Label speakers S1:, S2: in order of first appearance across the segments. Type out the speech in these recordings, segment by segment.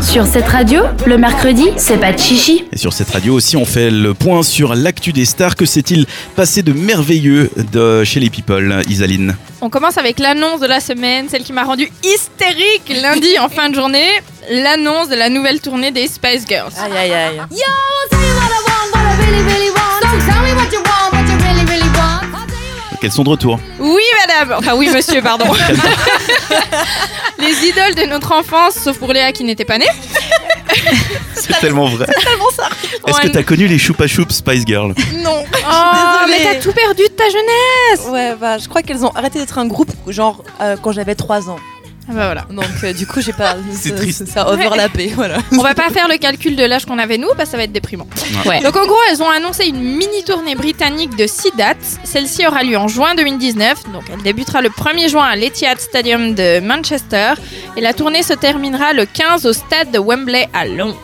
S1: Sur cette radio, le mercredi, c'est pas de chichi.
S2: Et sur cette radio aussi, on fait le point sur l'actu des stars. Que s'est-il passé de merveilleux de chez les people, Isaline
S3: On commence avec l'annonce de la semaine, celle qui m'a rendu hystérique lundi en fin de journée. L'annonce de la nouvelle tournée des Spice Girls.
S4: Aïe aïe aïe.
S2: Qu'elles sont de retour.
S3: Oui, madame Enfin, oui, monsieur, pardon. les idoles de notre enfance, sauf pour Léa qui n'était pas née.
S2: C'est tellement vrai.
S3: Tellement ça
S2: Est-ce que t'as connu les Choupa Choups Spice Girl
S4: Non.
S3: Oh, mais
S4: Désolée.
S3: t'as tout perdu de ta jeunesse
S4: Ouais, bah, je crois qu'elles ont arrêté d'être un groupe, genre euh, quand j'avais 3 ans.
S3: Ah bah voilà.
S4: Donc, euh, du coup, j'ai pas.
S2: C'est
S4: ça-
S2: triste.
S4: Ça overlappé, voilà.
S3: On va pas faire le calcul de l'âge qu'on avait nous, parce que ça va être déprimant.
S2: Ouais.
S3: Donc en gros, elles ont annoncé une mini tournée britannique de 6 dates. Celle-ci aura lieu en juin 2019, donc elle débutera le 1er juin à l'Etihad Stadium de Manchester et la tournée se terminera le 15 au stade de Wembley à Londres.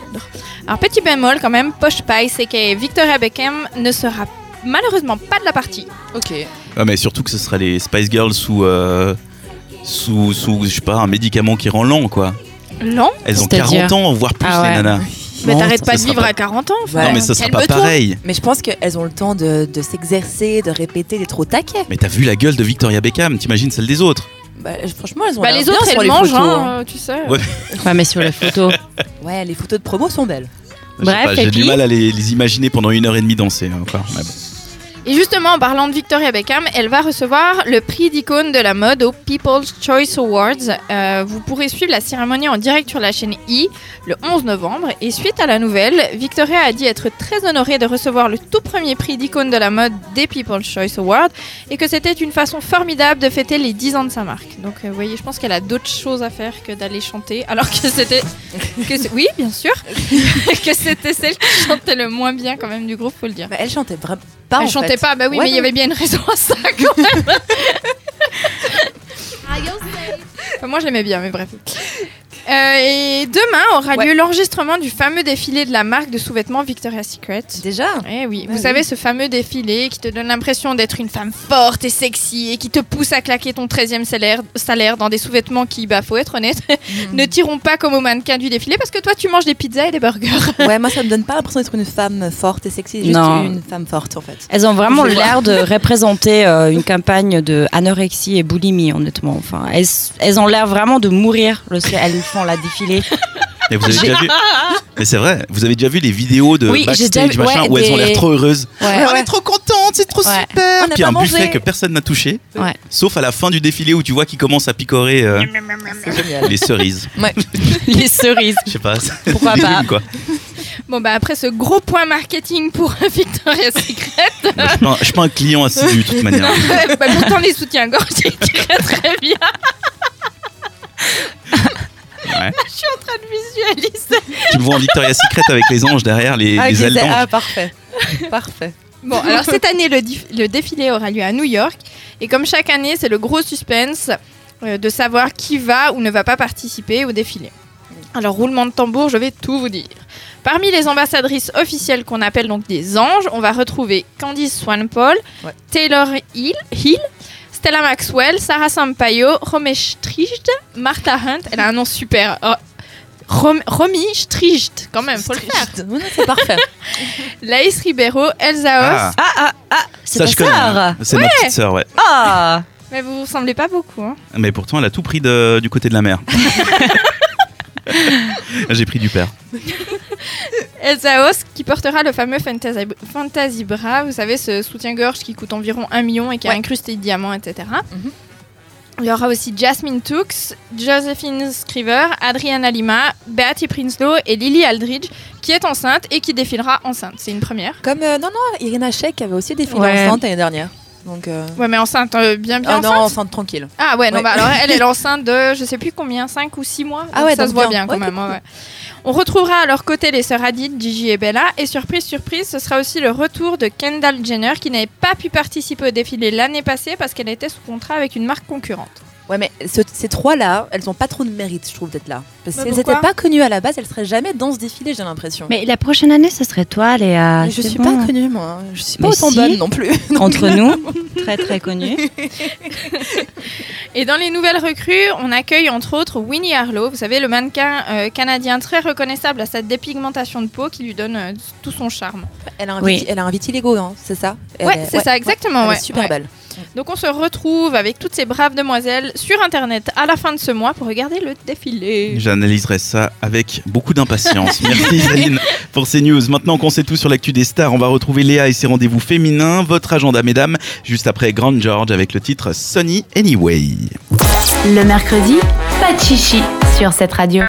S3: Un petit bémol quand même, Posh Spice et Victoria Beckham ne sera malheureusement pas de la partie.
S4: Ok.
S2: Ah, mais surtout que ce sera les Spice Girls sous, euh, sous, sous, je sais pas, un médicament qui rend lent, quoi.
S3: Non,
S2: Elles ont
S5: C'est-à-dire
S2: 40 ans, voire plus,
S5: Ah ouais.
S2: les nanas.
S3: mais
S5: Non,
S3: t'arrêtes
S2: ça
S3: pas de
S2: sera
S3: vivre
S2: pas- Bah,
S3: à 40 ans. frère.
S2: Non, mais ça sera
S3: Quel
S2: pas
S3: beton.
S2: pareil.
S4: Mais je pense qu'elles ont le temps de, de s'exercer, de répéter, d'être au taquet.
S2: Mais t'as vu la gueule de Victoria Beckham, t'imagines celle des autres
S4: Bah, franchement, elles ont
S3: Bah,
S4: l'air
S3: les
S4: bien
S3: autres,
S4: sur
S3: elles
S4: les
S3: mangent,
S4: photos, hein.
S3: hein, euh, tu sais.
S2: Ouais.
S5: Ouais, mais sur les photos.
S4: Ouais, les photos de promo sont belles.
S2: Je sais
S5: Bref,
S2: pas, J'ai
S5: et
S2: du
S5: puis
S2: mal à les, les imaginer pendant une heure et demie danser. hein, encore. Mais bon.
S3: Et justement, en parlant de Victoria Beckham, elle va recevoir le prix d'icône de la mode au People's Choice Awards. Euh, vous pourrez suivre la cérémonie en direct sur la chaîne I le 11 novembre. Et suite à la nouvelle, Victoria a dit être très honorée de recevoir le tout premier prix d'icône de la mode des People's Choice Awards et que c'était une façon formidable de fêter les 10 ans de sa marque. Donc, euh, vous voyez, je pense qu'elle a d'autres choses à faire que d'aller chanter, alors que c'était. que c'est- oui, bien sûr, que c'était celle qui chantait le moins bien quand même du groupe, faut le dire.
S4: Bah, elles chantaient vraiment pas.
S3: Elle
S4: Ah, en
S3: chantait
S4: fait.
S3: pas, bah oui,
S4: Ouais,
S3: mais il y
S4: non.
S3: avait bien une raison à ça quand même. Enfin, Moi, je l'aimais bien, mais bref. Euh, et demain aura
S4: Ouais.
S3: lieu l'enregistrement du fameux défilé de la marque de sous-vêtements Victoria's Secret.
S4: Déjà
S3: Eh oui,
S4: Ah
S3: vous
S4: oui.
S3: savez ce fameux défilé qui te donne l'impression d'être une femme forte et sexy et qui te pousse à claquer ton 13e salaire, salaire dans des sous-vêtements qui, bah faut être honnête,
S4: Hmm.
S3: ne tireront pas comme au mannequin du défilé parce que toi tu manges des pizzas et des burgers.
S4: Ouais, moi ça me donne pas l'impression d'être une femme forte et sexy, juste
S5: Non.
S4: une femme forte en fait.
S5: Elles ont vraiment
S4: Je vois.
S5: l'air de représenter euh, une campagne de anorexie et boulimie, honnêtement. Enfin, elles, elles ont l'air vraiment de mourir lorsqu'elles font la défilée.
S2: Mais vous avez déjà vu Mais c'est vrai, vous avez déjà vu les vidéos de
S5: Oui, j'ai déjà
S2: backstage
S5: vu-
S2: machin
S5: ouais,
S2: où elles ont
S5: des-
S2: l'air trop heureuses.
S5: Ouais.
S2: On Ah, est trop contentes, c'est trop
S5: Ouais.
S2: super.
S4: On a
S2: Puis
S4: pas
S2: un
S4: mangé.
S2: buffet que personne n'a touché,
S5: Ouais.
S2: sauf à la fin du défilé où tu vois qu'ils commencent à picorer euh,
S4: C'est génial.
S2: les cerises.
S5: Les cerises.
S2: Je sais pas.
S5: Pourquoi
S2: les
S5: pas
S2: légumes, quoi.
S3: Bon bah après ce gros point marketing pour Victoria's Secret,
S2: Moi, je suis pas un- je suis pas un client assidu de toute manière.
S3: Ouais, bah, pourtant les soutiens-gorge ils iraient très bien.
S2: Ouais.
S3: Je suis en train de visualiser.
S2: tu me vois en Victoria's Secret avec les anges derrière, les,
S4: Ah,
S2: les
S4: ok,
S2: ailes
S4: c'est-
S2: d'ange.
S4: ah, parfait. Parfait.
S3: Bon, alors cette année, le, dif- le défilé aura lieu à New York. Et comme chaque année, c'est le gros suspense euh, de savoir qui va ou ne va pas participer au défilé. Alors, roulement de tambour, je vais tout vous dire. Parmi les ambassadrices officielles qu'on appelle donc des anges, on va retrouver Candice Swanpaul,
S4: Ouais.
S3: Taylor Hill, Hill, Stella Maxwell, Sarah Sampaio, Romy Strijd, Martha Hunt. Elle a un nom super. Oh, Rom- Romy Strijd, quand même, faut le faire.
S4: Non, non, C'est parfait.
S3: Laïs Ribeiro, Elsa
S2: Ah,
S3: Hoss,
S4: Ah ah ah
S2: ça je connais. hein. C'est ma petite sœur, ouais.
S4: Ah
S3: Mais vous vous ressemblez pas beaucoup. Hein.
S2: Mais pourtant, elle a tout pris de- du côté de la mer. J'ai pris du père.
S3: Elsa Hoss qui portera le fameux Fantasy, Fantasy Bra, vous savez, ce soutien-gorge qui coûte environ 1 million et qui est
S4: Ouais. Mhm.
S3: incrusté de diamants, etc. Il y aura aussi Jasmine Tooks, Josephine Scriver, Adriana Lima, Beatty Prinslow et Lily Aldridge qui est enceinte et qui défilera enceinte. C'est une première.
S4: Comme, euh, non, non, Irina Shayk avait aussi défilé
S5: Ouais.
S4: enceinte l'année dernière. Donc, euh,
S3: Ouais, mais enceinte, euh, bien, bien
S4: ah, non,
S3: enceinte.
S4: enceinte tranquille.
S3: Ah ouais, non,
S4: Ouais.
S3: bah alors elle, elle est enceinte de je sais plus combien, 5 ou 6 mois.
S4: Ah
S3: donc
S4: ouais,
S3: ça
S4: donc
S3: se voit bien,
S4: bien.
S3: quand
S4: Ouais,
S3: même. ouais, ouais. On retrouvera à leur côté les sœurs Hadid, Gigi et Bella. Et surprise, surprise, ce sera aussi le retour de Kendall Jenner qui n'avait pas pu participer au défilé l'année passée parce qu'elle était sous contrat avec une marque concurrente.
S4: Ouais, mais ce- ces trois-là, elles ont pas trop de mérite, je trouve, d'être là. Parce
S3: Bah,
S4: qu'elles
S3: pourquoi
S4: n'étaient pas connues à la base, elles seraient jamais dans ce défilé, j'ai l'impression.
S5: Mais la prochaine année, ce serait toi, Léa.
S3: Ah,
S4: Mais je
S5: C'est
S4: suis
S5: bon.
S4: pas connue, moi. Je suis pas
S5: Mais
S4: autant
S5: si.
S4: bonne non plus.
S5: Entre nous, très très connue.
S3: Et dans les nouvelles recrues, on accueille entre autres Winnie Harlow, vous savez, le mannequin euh, canadien très reconnaissable à sa dépigmentation de peau qui lui donne euh, tout son charme.
S4: Elle a un,
S5: Oui.
S4: viti- elle a un vitiligo, hein, c'est ça Elle
S3: ouais,
S4: est-
S3: c'est ça, exactement.
S4: Elle
S3: Ouais.
S4: est super
S3: Ouais.
S4: belle.
S3: Donc on se retrouve avec toutes ces braves demoiselles sur Internet à la fin de ce mois pour regarder le défilé.
S2: J'analyserai ça avec beaucoup d'impatience. Merci Saline pour ces news. Maintenant qu'on sait tout sur l'actu des stars, on va retrouver Léa et ses rendez-vous féminins. Votre agenda, mesdames, juste après Grand George avec le titre Sunny Anyway.
S1: Le mercredi, pas de chichi sur cette radio.